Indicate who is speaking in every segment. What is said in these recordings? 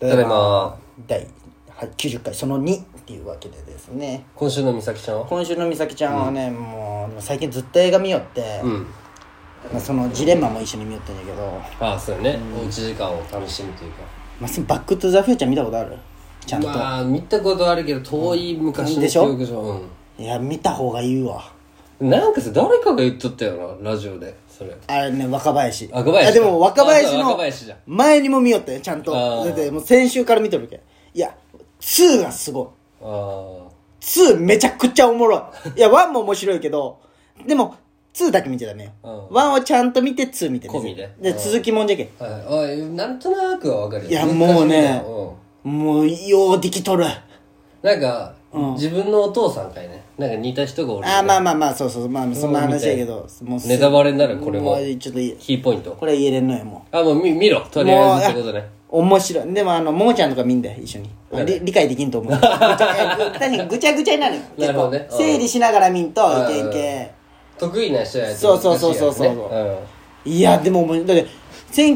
Speaker 1: ただいま
Speaker 2: 第はい90回その2っていうわけでですね
Speaker 1: 今週の美咲ちゃんは
Speaker 2: 今週の美咲ちゃんはね、もう最近ずっと映画見よって、
Speaker 1: うん
Speaker 2: まあ、そのジレンマも一緒に見よってんだけど、
Speaker 1: ああそうだね、おうち時間を楽しむというか
Speaker 2: まあ、そのバック・トゥ・ザ・フューチャー見たことあるちゃんと、
Speaker 1: まあ見たことあるけど遠い昔の
Speaker 2: でし
Speaker 1: 記
Speaker 2: ょ
Speaker 1: 憶上、うん
Speaker 2: いや見た方がいいわ
Speaker 1: なんかさ誰かが言っとったよなラジオでそれ
Speaker 2: あれね若林
Speaker 1: 若林
Speaker 2: いやでも若林
Speaker 1: あそう
Speaker 2: の
Speaker 1: 若林じゃん
Speaker 2: 前にも見よってちゃんと
Speaker 1: あー
Speaker 2: だってもう先週から見てるけんいや2がすごい
Speaker 1: ああ
Speaker 2: 2めちゃくちゃおもろい。い や、1も面白いけど、でも、2だけ見ちゃダメよ。
Speaker 1: うん
Speaker 2: 1をちゃんと見て2見てね
Speaker 1: 込みで
Speaker 2: で、
Speaker 1: うん
Speaker 2: 続きもんじゃけん。
Speaker 1: はい、おいなんとなくはわかるよ
Speaker 2: いやもうね
Speaker 1: うん
Speaker 2: もう、ようできとる。
Speaker 1: なんか、自分のお父さんかいねなんか似た人がおるよね
Speaker 2: あー、まあまあまあ、そうそう、まあ、そんな話やけど、もうす、
Speaker 1: ネタバレになるこれも
Speaker 2: もう、ちょっといい、
Speaker 1: キーポイント
Speaker 2: これ言えれんのよ、も
Speaker 1: あもう見見ろと
Speaker 2: う。
Speaker 1: りあ
Speaker 2: もう
Speaker 1: えずってことね
Speaker 2: 面白い。でも、あの、ももちゃんとか見んだよ、一緒に。
Speaker 1: なんで
Speaker 2: り理解できんと思 う。ぐちゃ確かにぐちゃぐちゃになるよ。
Speaker 1: な
Speaker 2: 結
Speaker 1: るほど
Speaker 2: 構
Speaker 1: ね、うん
Speaker 2: 整理しながら見んと、いけん
Speaker 1: うん
Speaker 2: けん。
Speaker 1: 得意な人ややつ
Speaker 2: そうそうそうそうそう
Speaker 1: 難しいやつね
Speaker 2: いやでもお前だって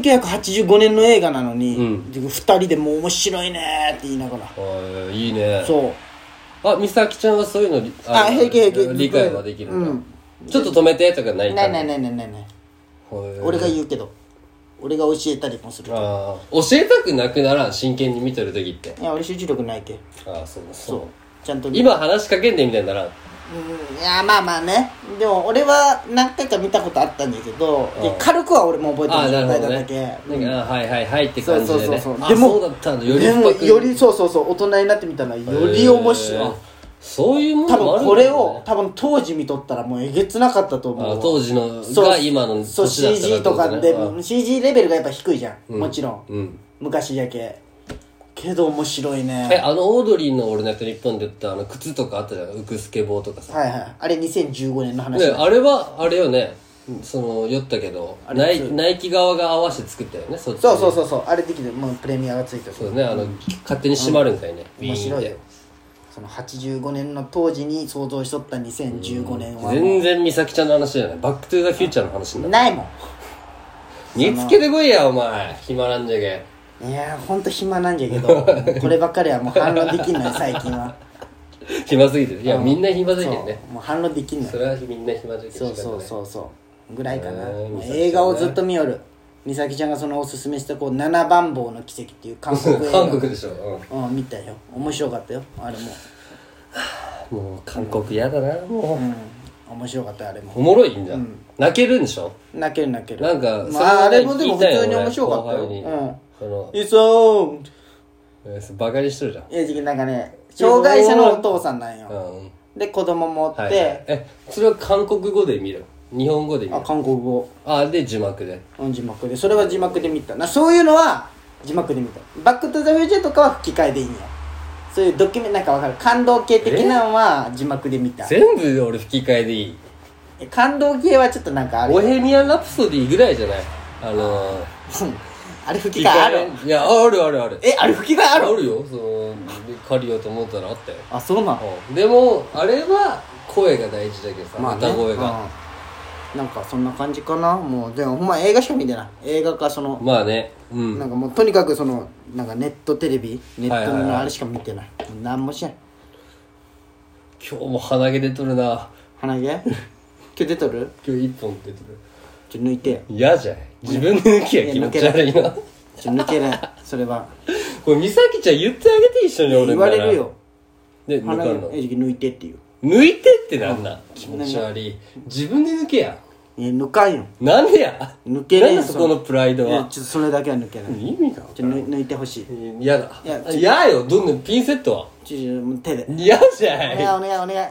Speaker 2: 1985年の映画なのに、
Speaker 1: うん
Speaker 2: で二人でもう面白いねーって言いながら
Speaker 1: うんおいいいね
Speaker 2: そう
Speaker 1: あ美咲ちゃんはそういうのり
Speaker 2: あ平気平気
Speaker 1: 理解はできるんだ、
Speaker 2: うん
Speaker 1: ちょっと止めてとかない
Speaker 2: ないない
Speaker 1: い
Speaker 2: ないないないない俺
Speaker 1: 俺
Speaker 2: が言うけど俺が教えたりもするい
Speaker 1: あー教えたくなくならん真剣に見てる時って
Speaker 2: や俺集中力ないけ
Speaker 1: ああそうだそう
Speaker 2: そうちゃんと見
Speaker 1: 今話しかけんでみたいにならん
Speaker 2: うんいやまあまあねでも俺は何回か見たことあったんだけど
Speaker 1: あ
Speaker 2: で軽くは俺も覚えて
Speaker 1: ああ
Speaker 2: る
Speaker 1: なる
Speaker 2: 状
Speaker 1: ほ
Speaker 2: 態
Speaker 1: ど
Speaker 2: だっ
Speaker 1: ね
Speaker 2: たけ
Speaker 1: なんかあーはいはいはいって
Speaker 2: そ
Speaker 1: 感
Speaker 2: う
Speaker 1: じ
Speaker 2: そう
Speaker 1: で
Speaker 2: そ
Speaker 1: ね
Speaker 2: うそう
Speaker 1: あそうだったのより
Speaker 2: でも
Speaker 1: 深く
Speaker 2: よりそうそうそう大人になってみたらより面白い、
Speaker 1: へーあそういうも
Speaker 2: 多
Speaker 1: のもあ
Speaker 2: 分
Speaker 1: る
Speaker 2: こ
Speaker 1: んだ
Speaker 2: れ
Speaker 1: ね
Speaker 2: を多分当時見とったらもうえげつなかったと思うわ
Speaker 1: あ当時の
Speaker 2: そう
Speaker 1: が今の年
Speaker 2: そう
Speaker 1: だったら
Speaker 2: CG とかで
Speaker 1: ってことね
Speaker 2: CG レベルがやっぱ低いじゃん、
Speaker 1: うん
Speaker 2: もちろん、
Speaker 1: うん
Speaker 2: 昔だけけど面白いね
Speaker 1: えあのオードリーの「オールナイトニッポン」で言ったあの靴とかあったじゃん浮くスケボーとかさ、
Speaker 2: はいはいあれ2015年の話
Speaker 1: ね
Speaker 2: だ、
Speaker 1: あれはあれよねその酔ったけど
Speaker 2: あれ
Speaker 1: ナイ
Speaker 2: そう
Speaker 1: ナイキ側が合わせて作ったよねそっちに
Speaker 2: そうそうそうそうあれできてもうプレミアがついてる
Speaker 1: そうねあの、勝手に閉まるんかいね、
Speaker 2: 面白いよ
Speaker 1: ウィーンって
Speaker 2: その85年の当時に想像しとった2015年はも
Speaker 1: 全然美咲ちゃんの話じゃないバック・トゥ・ザ・フューチャーの話に
Speaker 2: う
Speaker 1: な
Speaker 2: な
Speaker 1: る
Speaker 2: いも
Speaker 1: 見つけてこいやお前暇なんじゃけ
Speaker 2: んいやーほんと暇なんじゃけ どこればっかりはもう反論できんのよ最近は
Speaker 1: 暇すぎてるいやみんな暇すぎてね
Speaker 2: そうもう反論できんのよ
Speaker 1: それはみんな暇じゃけ
Speaker 2: そうそう
Speaker 1: う
Speaker 2: そうそうぐらいかな、
Speaker 1: へー
Speaker 2: もう
Speaker 1: 美咲ちゃんね
Speaker 2: 映画をずっと見よる美咲ちゃんがそのおすすめしたこう「七番坊の奇跡」っていう韓国映画
Speaker 1: 韓国でしょ、うん
Speaker 2: うん見たよ面白かったよあれも
Speaker 1: もう韓国嫌だなも
Speaker 2: うん面白かったよあれ
Speaker 1: う
Speaker 2: も
Speaker 1: おもろいんじゃん、泣けるんでしょ
Speaker 2: 泣ける泣ける
Speaker 1: なんか
Speaker 2: まあ、あ
Speaker 1: それ
Speaker 2: れ
Speaker 1: も
Speaker 2: も
Speaker 1: ね
Speaker 2: でも普通に面白かったよ
Speaker 1: 聞いたよ俺
Speaker 2: うん
Speaker 1: その
Speaker 2: It's on!
Speaker 1: えーバカにしとるじゃん
Speaker 2: いやなんかね障害者のお父さんなんよ
Speaker 1: うん
Speaker 2: で子供もおって、
Speaker 1: はいえそれは韓国語で見る日本語で見
Speaker 2: あ
Speaker 1: る
Speaker 2: 韓国語
Speaker 1: あで字幕で
Speaker 2: うん字幕でそれは字幕で見たなそういうのは字幕で見た「バック・トゥ・ザ・フューチャー」とかは吹き替えでいいんやそういうドキュメンなんかわかる感動系的なのは字幕で見た
Speaker 1: 全部俺吹き替えでいい
Speaker 2: え感動系はちょっとなんかある
Speaker 1: ボヘミアン・ラプソディぐらいじゃないあのー、
Speaker 2: あれ吹き替えある
Speaker 1: いやあるあるある
Speaker 2: えあれ吹き替えあ
Speaker 1: あ
Speaker 2: る
Speaker 1: るよそので借りようと思ったらあったよ、
Speaker 2: あそうなの
Speaker 1: うんでもあれは声が大事だけどさ、歌声が、
Speaker 2: うんなんかそんな感じかなもうでもほんま映画しか見てない映画かその
Speaker 1: まあねうん
Speaker 2: なんかもうとにかくそのなんかネットテレビネット
Speaker 1: はいはい
Speaker 2: の
Speaker 1: はい
Speaker 2: あれしか見てないもうなんもしない
Speaker 1: 今日も鼻毛出とるな
Speaker 2: 鼻毛 今日出とる
Speaker 1: 今日一本出てる
Speaker 2: ちょ抜いてよ
Speaker 1: 嫌じゃん自分の抜き
Speaker 2: い
Speaker 1: は
Speaker 2: や
Speaker 1: 気持ち悪いな
Speaker 2: ちょ抜けないそれは
Speaker 1: これ美咲ちゃん言ってあげて一緒に俺
Speaker 2: 言
Speaker 1: みた
Speaker 2: わ
Speaker 1: いな
Speaker 2: れるよ
Speaker 1: で抜か
Speaker 2: 鼻
Speaker 1: んの
Speaker 2: の餌食抜いてっていう
Speaker 1: 抜いてってなんだ気持ち悪い自分で抜けや
Speaker 2: え抜かんよ
Speaker 1: なんでや
Speaker 2: 抜けれん
Speaker 1: なんだそこのプライド
Speaker 2: いや
Speaker 1: は
Speaker 2: ちょっとそれだけは抜けない
Speaker 1: 意味が
Speaker 2: ちょ抜抜いてほしい
Speaker 1: 嫌だ
Speaker 2: いや
Speaker 1: 嫌よどんどんピンセットは
Speaker 2: ちょもう手で
Speaker 1: 嫌じ
Speaker 2: お
Speaker 1: ゃい
Speaker 2: 願いお願いお願い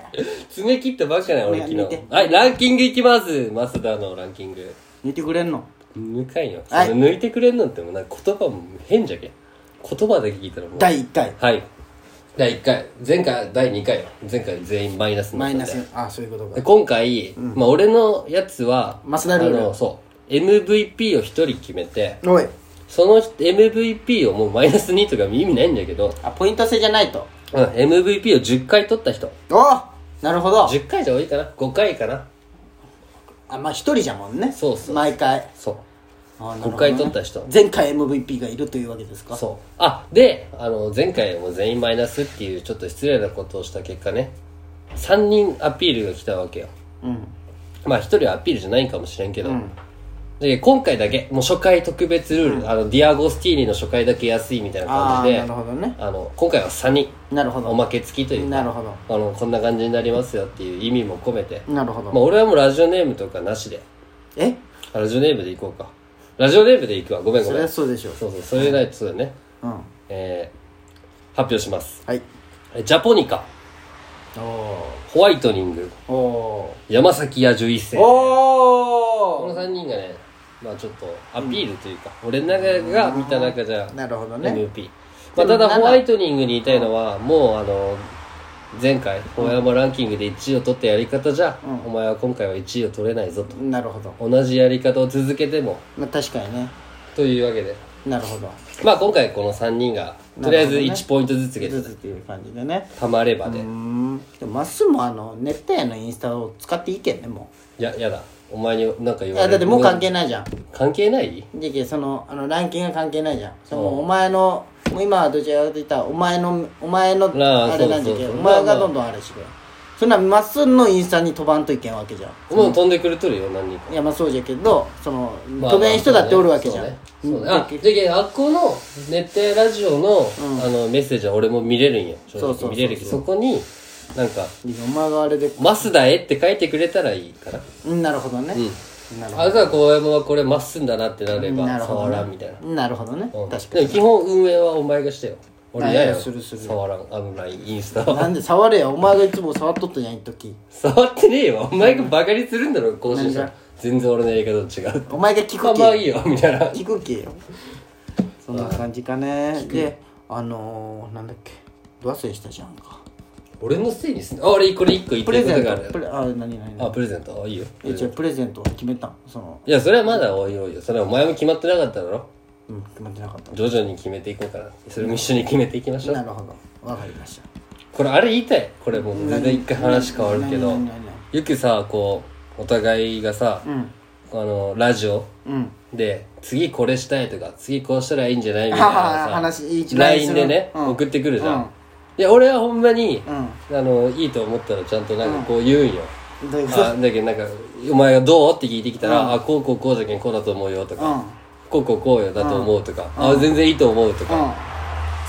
Speaker 1: 爪切ったばっかだよ俺
Speaker 2: ね
Speaker 1: 昨
Speaker 2: 抜い
Speaker 1: 日
Speaker 2: て
Speaker 1: はいランキングいきますマスダのランキング
Speaker 2: 抜いてくれんの
Speaker 1: 抜かいよそ
Speaker 2: はい
Speaker 1: れ抜いてくれんのってもうなんか言葉も変じゃけん言葉だけ聞いたらもう
Speaker 2: 第1回
Speaker 1: はい第1回前回第2回よ前回全員マイナスにな
Speaker 2: マ
Speaker 1: っ
Speaker 2: イ
Speaker 1: た
Speaker 2: ナ
Speaker 1: んで
Speaker 2: スあそういうこと
Speaker 1: で
Speaker 2: か
Speaker 1: 今回、まあ、俺のやつは
Speaker 2: マスダルール
Speaker 1: あのそう MVP を1人決めて
Speaker 2: おい
Speaker 1: その MVP をもうマイナス2とか意味ないんだけど、
Speaker 2: あポイント制じゃないと
Speaker 1: うん、MVP を10回取った人
Speaker 2: おなるほど
Speaker 1: 10回じゃ多いかな5回かな
Speaker 2: あまあ一人じゃもんね
Speaker 1: そうそう
Speaker 2: 毎回
Speaker 1: そう
Speaker 2: あ
Speaker 1: 国会取った人
Speaker 2: 前回 MVP がいるというわけですか
Speaker 1: そうあであの前回も全員マイナスっていうちょっと失礼なことをした結果ね3人アピールが来たわけよ
Speaker 2: ううん
Speaker 1: まあ1人はアピールじゃないんかもしれんけど、
Speaker 2: うん
Speaker 1: で今回だけもう初回特別ルール、あのディアゴスティーニの初回だけ安いみたいな
Speaker 2: あ
Speaker 1: 感
Speaker 2: あ
Speaker 1: じ
Speaker 2: な
Speaker 1: で
Speaker 2: るほどね
Speaker 1: あの今回は3人
Speaker 2: なるほ
Speaker 1: お
Speaker 2: ど
Speaker 1: まけ付きというか
Speaker 2: なるほど
Speaker 1: あのこんな感じになりますよっていう意味も込めて、
Speaker 2: なるほ
Speaker 1: まあ、
Speaker 2: ど
Speaker 1: 俺はもうラジオネームとかなしで
Speaker 2: え
Speaker 1: あラジオネームでいこうかラジオネームでいくわごめんご
Speaker 2: そ
Speaker 1: め
Speaker 2: り
Speaker 1: ん
Speaker 2: ゃそうでしょう
Speaker 1: そうそうそれないとそうだよね、
Speaker 2: うん
Speaker 1: えー、発表します
Speaker 2: はい
Speaker 1: えジャポニカ
Speaker 2: おお
Speaker 1: ホワイトニング
Speaker 2: おお
Speaker 1: 山崎彌十一世こ
Speaker 2: お
Speaker 1: の
Speaker 2: ー
Speaker 1: 3人がねまあちょっとアピールというか、俺の中が見た中じゃ
Speaker 2: なるほどね
Speaker 1: MVP、まあ、ただホワイトニングに言いたいのはもうあの前回大山ランキングで1位を取ったやり方じゃ、
Speaker 2: うん
Speaker 1: お前は今回は1位を取れないぞと
Speaker 2: なるほど
Speaker 1: 同じやり方を続けても
Speaker 2: まあ確かにね
Speaker 1: というわけで
Speaker 2: なるほど
Speaker 1: まあ今回この3人がとりあえず
Speaker 2: なるほどね
Speaker 1: 1ポイントずつゲ
Speaker 2: ず
Speaker 1: ッ
Speaker 2: つ
Speaker 1: ト
Speaker 2: っていう感じでね
Speaker 1: たまれば
Speaker 2: う
Speaker 1: で、
Speaker 2: ーんでもまっすーもあの熱帯夜のインスタを使っていいけんねも
Speaker 1: いややだお前に何か
Speaker 2: う
Speaker 1: 言
Speaker 2: い
Speaker 1: われ
Speaker 2: や
Speaker 1: る
Speaker 2: だってもう関係ないじゃん
Speaker 1: 関係ない
Speaker 2: じゃけそのあのランキング関係ないじゃんそのお前のもう今はどちらかといったらお前のお前の
Speaker 1: ああ
Speaker 2: あれなんじゃけ
Speaker 1: そうそうそう
Speaker 2: お前がどんどんあれしてくれそんなまっすーのインスタに飛ばんといけんわけじゃん
Speaker 1: もう飛んでくれとるよ何人か
Speaker 2: いやまあそうじゃけどその、
Speaker 1: まあ
Speaker 2: 飛べん人だっておるわけじゃん、
Speaker 1: そうねそうねあじゃけんあっこの熱帯ラジオの,、あのメッセージは俺も見れるんよ正
Speaker 2: そうそうそう
Speaker 1: 直見れるけどそこになんか
Speaker 2: いやお前があれで
Speaker 1: 「マスだえ」って書いてくれたらいいから
Speaker 2: うんなるほどね、なるほ
Speaker 1: あとは小山はこれまっすんだなってなれ
Speaker 2: どな
Speaker 1: ば
Speaker 2: るほ
Speaker 1: 触
Speaker 2: ど
Speaker 1: らん
Speaker 2: ね
Speaker 1: みたいな、
Speaker 2: なるほどね
Speaker 1: うん
Speaker 2: 確か
Speaker 1: でも基本運営はお前がしてよ俺嫌
Speaker 2: あい
Speaker 1: よ
Speaker 2: やするする
Speaker 1: 触らんあのラインインスタ
Speaker 2: に
Speaker 1: は
Speaker 2: なんで触れやお前がいつも触っとったじゃん一時
Speaker 1: 触ってねえよお前がバカにするんだろ更新した
Speaker 2: 何
Speaker 1: ら全然俺のやり方と違う
Speaker 2: お前が聞
Speaker 1: まあ
Speaker 2: く
Speaker 1: まあい
Speaker 2: け
Speaker 1: いよみたいな
Speaker 2: 聞くけよそんな感じかねであのー、なんだっけど忘れしたじゃんか
Speaker 1: 俺のせいにすんあ俺これ一個言っ
Speaker 2: プ
Speaker 1: て
Speaker 2: レ
Speaker 1: るこ
Speaker 2: ゼントプ
Speaker 1: とがある
Speaker 2: レあ何何
Speaker 1: あ
Speaker 2: 何
Speaker 1: プレゼントあいいよ
Speaker 2: えじゃあプレゼント決めたんその
Speaker 1: いや、それはまだおいおいよ。それはお前も決まってなかっただろ
Speaker 2: うん決まってなかった
Speaker 1: 徐々に決めていこうかな。それも一緒に決めていきましょ
Speaker 2: な
Speaker 1: う。
Speaker 2: るほどわかりました
Speaker 1: これ、あれ言いたい。これもう全然一回話変わるけど
Speaker 2: 何何何、
Speaker 1: よくさ、こう、お互いがさ、
Speaker 2: うん
Speaker 1: あの、ラジオ
Speaker 2: うん
Speaker 1: で、次これしたいとか、次こうしたらいいんじゃないみたいな
Speaker 2: はは
Speaker 1: さ、
Speaker 2: 話一番
Speaker 1: LINE でね、
Speaker 2: するうん
Speaker 1: 送ってくるじゃん。
Speaker 2: うん
Speaker 1: いや、俺はほんまに、
Speaker 2: う
Speaker 1: あの、いいと思ったらちゃんとなんかこう言うんよ。
Speaker 2: どう いうこと
Speaker 1: あだけどなんか、お前がどうって聞いてきたら、あ、こうこうこうじゃけんこうだと思うよとか、こうこうこうよだと思うとか、あ全然いいと思うと
Speaker 2: うん
Speaker 1: か、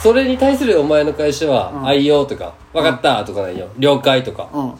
Speaker 1: それに対するお前の会社は、愛用とか、分かったとかないよ、了解とか、
Speaker 2: うんうん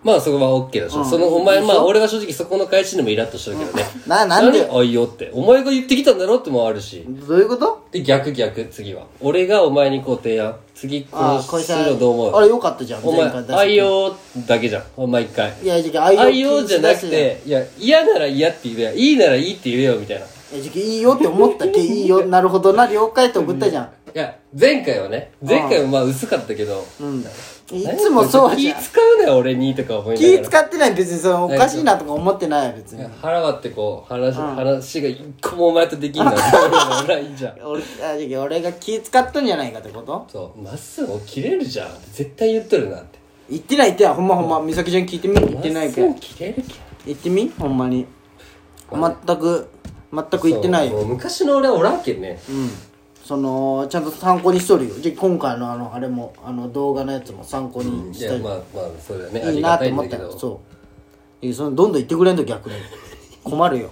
Speaker 1: まあそこは OK だし、
Speaker 2: うん
Speaker 1: そのお前、
Speaker 2: でし
Speaker 1: ま
Speaker 2: ょ
Speaker 1: あ俺は正直そこの会社にもイラッとしてるけどね、
Speaker 2: ななん で
Speaker 1: 愛用って、お前が言ってきたんだろってもあるし、
Speaker 2: どういうこと
Speaker 1: で逆逆、次は。俺がお前にこう提案、次こ
Speaker 2: あ
Speaker 1: う
Speaker 2: 会
Speaker 1: す
Speaker 2: 社
Speaker 1: るのどう思
Speaker 2: あ
Speaker 1: う
Speaker 2: れよかったじゃん
Speaker 1: お
Speaker 2: 前回出
Speaker 1: 前、
Speaker 2: して
Speaker 1: 愛用だけじゃん、毎回。
Speaker 2: いやじゃあ
Speaker 1: 愛
Speaker 2: 愛用
Speaker 1: 用じゃなくて、いや、嫌なら嫌って言えや、いいならいいって言えよみたいな。
Speaker 2: いやじゃあいいよって思ったけいいよなるほどな了解と送ったじ ゃん
Speaker 1: いや、前回はね、前回もまあ薄かったけど、
Speaker 2: うんいつもそうじ
Speaker 1: 気
Speaker 2: ゃん
Speaker 1: 使うなよ俺にとか思いながら
Speaker 2: 気使ってない別にそのおかしいなとか思ってないよ別に
Speaker 1: 腹割ってこう話,、話が一個もお前と できんのは俺いいじゃん
Speaker 2: 俺あじゃあ俺が気使っとんじゃないかってこと
Speaker 1: そうまっすぐ切れるじゃん絶対言っとるなって
Speaker 2: 言ってない言ってないほんまほんま美咲ちゃん聞いてみ言ってないけ
Speaker 1: まっ
Speaker 2: ん
Speaker 1: すぐ切れるけん
Speaker 2: 言ってみほんまに全く全く言ってないよ
Speaker 1: そうもう昔の俺はおらんけんね
Speaker 2: うんそのちゃんと参考にしとるよじゃあ今回のあのあれもあの動画のやつも参考に
Speaker 1: い
Speaker 2: した
Speaker 1: や
Speaker 2: い、
Speaker 1: まあまあそれはねあ
Speaker 2: いい
Speaker 1: り
Speaker 2: な
Speaker 1: が
Speaker 2: と
Speaker 1: たいん
Speaker 2: 思
Speaker 1: だ
Speaker 2: っ
Speaker 1: け
Speaker 2: たよ
Speaker 1: ど
Speaker 2: そういやそのどんどん言ってくれんと逆に困るよ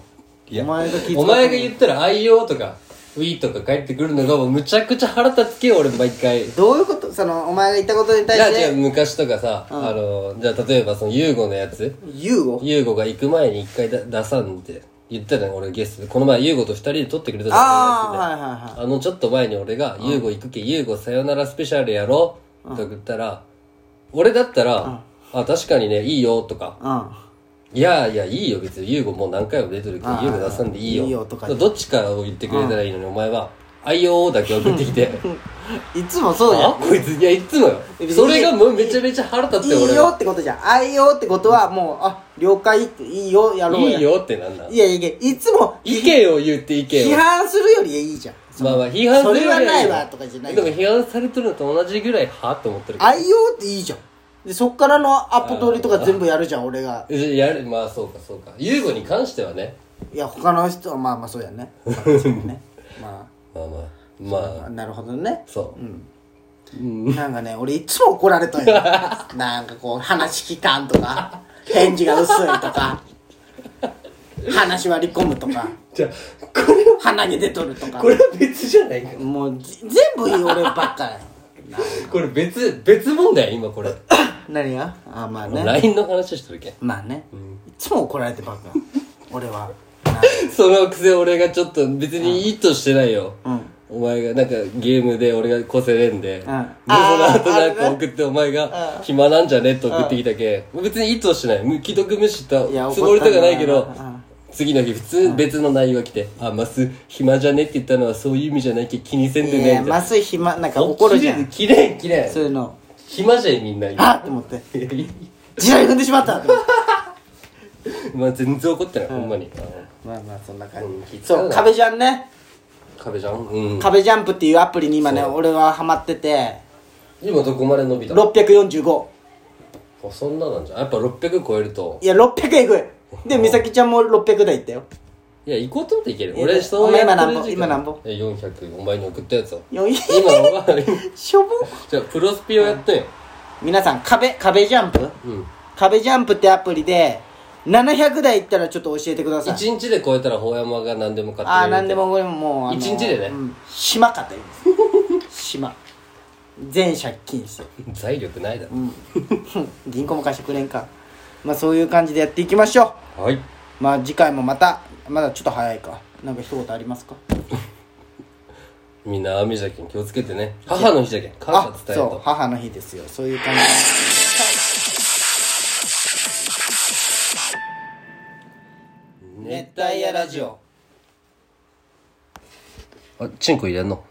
Speaker 1: いや
Speaker 2: お前が聞いて
Speaker 1: お前が言ったら「愛用」とか「ウィー」とか返ってくるのがもうむちゃくちゃ腹立つけよ俺毎回
Speaker 2: どういうことそのお前が言ったことに
Speaker 1: い
Speaker 2: 対
Speaker 1: や
Speaker 2: し
Speaker 1: 違う
Speaker 2: て
Speaker 1: 昔とかさ、あのじゃあ例えばそのユーゴのやつ
Speaker 2: 優吾
Speaker 1: ユーゴが行く前に一回だ出さんって言ったじゃん俺ゲストでこの前ユーゴと二人で撮ってくれたじゃん
Speaker 2: ああ
Speaker 1: 俺が
Speaker 2: はいはいは
Speaker 1: ゲストであのちょっと前に俺が「ユーゴ行くけユーゴさよならスペシャルやろ」と言ったら俺だったら「あ確かにねいいよ」とか
Speaker 2: い
Speaker 1: 「いやいやいいよ別にユーゴもう何回も出てるけど
Speaker 2: あ
Speaker 1: ユーゴ出さんでいいよ」
Speaker 2: いいよとか
Speaker 1: どっちかを言ってくれたらいいのにお前は「愛用」だけ送ってきて
Speaker 2: うんいつもそうじゃ
Speaker 1: あ
Speaker 2: ん
Speaker 1: こいついやいつもよそれがもうめちゃめちゃ腹立って
Speaker 2: いい
Speaker 1: 俺
Speaker 2: よ
Speaker 1: は
Speaker 2: ってことじゃん愛用ってことはもうあ了解っていいよやろう
Speaker 1: い
Speaker 2: や
Speaker 1: いよってなんだ
Speaker 2: いやいやいつも
Speaker 1: 意見を言って意見を
Speaker 2: 批判するよりはいいじゃん
Speaker 1: まあまあ批判するより
Speaker 2: それはないわとかじゃない
Speaker 1: でも批判されてるのと同じぐらいはと思ってるけど
Speaker 2: 愛用っていいじゃんでそっからのアップ取りとか全部やるじゃん俺が
Speaker 1: えやるまあそうかそうか優吾に関してはね
Speaker 2: いや他の人はまあまあそうや ねまあ確かにねま
Speaker 1: まあまあ
Speaker 2: あ、
Speaker 1: ま
Speaker 2: ま
Speaker 1: あ
Speaker 2: あ、なるほどね
Speaker 1: そう、
Speaker 2: なんかね俺いつも怒られ たんよなんかこう話聞かんとか返事が薄いとか話割り込むとか
Speaker 1: じゃあこれは
Speaker 2: 鼻毛出とるとか
Speaker 1: これは別じゃないか
Speaker 2: もうぜ全部いい俺ばっかや
Speaker 1: これ別別問題今 これ
Speaker 2: 何があまあね
Speaker 1: LINE の話してるけん
Speaker 2: まあね、いつも怒られてばっか俺はな
Speaker 1: そのくせ俺がちょっと別にいいとしてないよ、
Speaker 2: うん
Speaker 1: お前がなんかゲームで俺がこせれんで、でそ
Speaker 2: あ
Speaker 1: の後
Speaker 2: あ
Speaker 1: な
Speaker 2: れ
Speaker 1: ん
Speaker 2: ね
Speaker 1: か送ってお前が暇なんじゃねって送ってきたけん別にいいとしてないむ既読無視した
Speaker 2: いや
Speaker 1: つもりとかないけ
Speaker 2: 怒
Speaker 1: ど
Speaker 2: ったなうん
Speaker 1: 次の日普通別の内容が来て「あマス暇じゃね」って言ったのはそういう意味じゃないけん気にせんで
Speaker 2: い
Speaker 1: ね
Speaker 2: や
Speaker 1: みたいな
Speaker 2: 麻酔暇なんか怒るじゃん
Speaker 1: きれいきれい
Speaker 2: そういうの
Speaker 1: 暇じゃいみんな今
Speaker 2: あっと思って地雷踏んでしまったと思って
Speaker 1: まあ全然怒ってない、ほんまに
Speaker 2: まあまあそんな感
Speaker 1: うん
Speaker 2: じそう壁ジャンね
Speaker 1: 壁じゃんうん
Speaker 2: 壁ジャンプっていうアプリに今ね俺はハマってて
Speaker 1: 今どこまで伸びた
Speaker 2: 645
Speaker 1: あそんななんじゃんやっぱ600超えると
Speaker 2: いや600えぐいで美咲ちゃんも600台いったよ
Speaker 1: いや行こうと思っていける
Speaker 2: や
Speaker 1: 俺そう
Speaker 2: お前今
Speaker 1: やってる
Speaker 2: なんぼ
Speaker 1: 時間
Speaker 2: 今なんぼ
Speaker 1: え400お前に送ったやつを
Speaker 2: よい
Speaker 1: 今お前
Speaker 2: しょぼ
Speaker 1: じゃあプロスピをやってんよ
Speaker 2: 皆さん壁壁ジャンプ
Speaker 1: うん
Speaker 2: 壁ジャンプってアプリで700台いったらちょっと教えてください
Speaker 1: 1日で超えたらほ山が何でも買って
Speaker 2: ああ
Speaker 1: くれるみたい
Speaker 2: 何でもこれももうあの
Speaker 1: 一日でね
Speaker 2: うん島かと言います島全借金 して、
Speaker 1: 財力ないだろ、
Speaker 2: うん、銀行も貸してくれんかまあそういう感じでやっていきましょ
Speaker 1: はい、
Speaker 2: うまあ次回もまたまだちょっと早いかなんか一言ありますか
Speaker 1: みんな雨じゃけん気をつけて ね母の日じゃけん感謝
Speaker 2: あ
Speaker 1: 伝える
Speaker 2: そう
Speaker 1: と
Speaker 2: 母の日ですよそういう感じ熱帯夜ラジオ
Speaker 1: あチンコ入れんの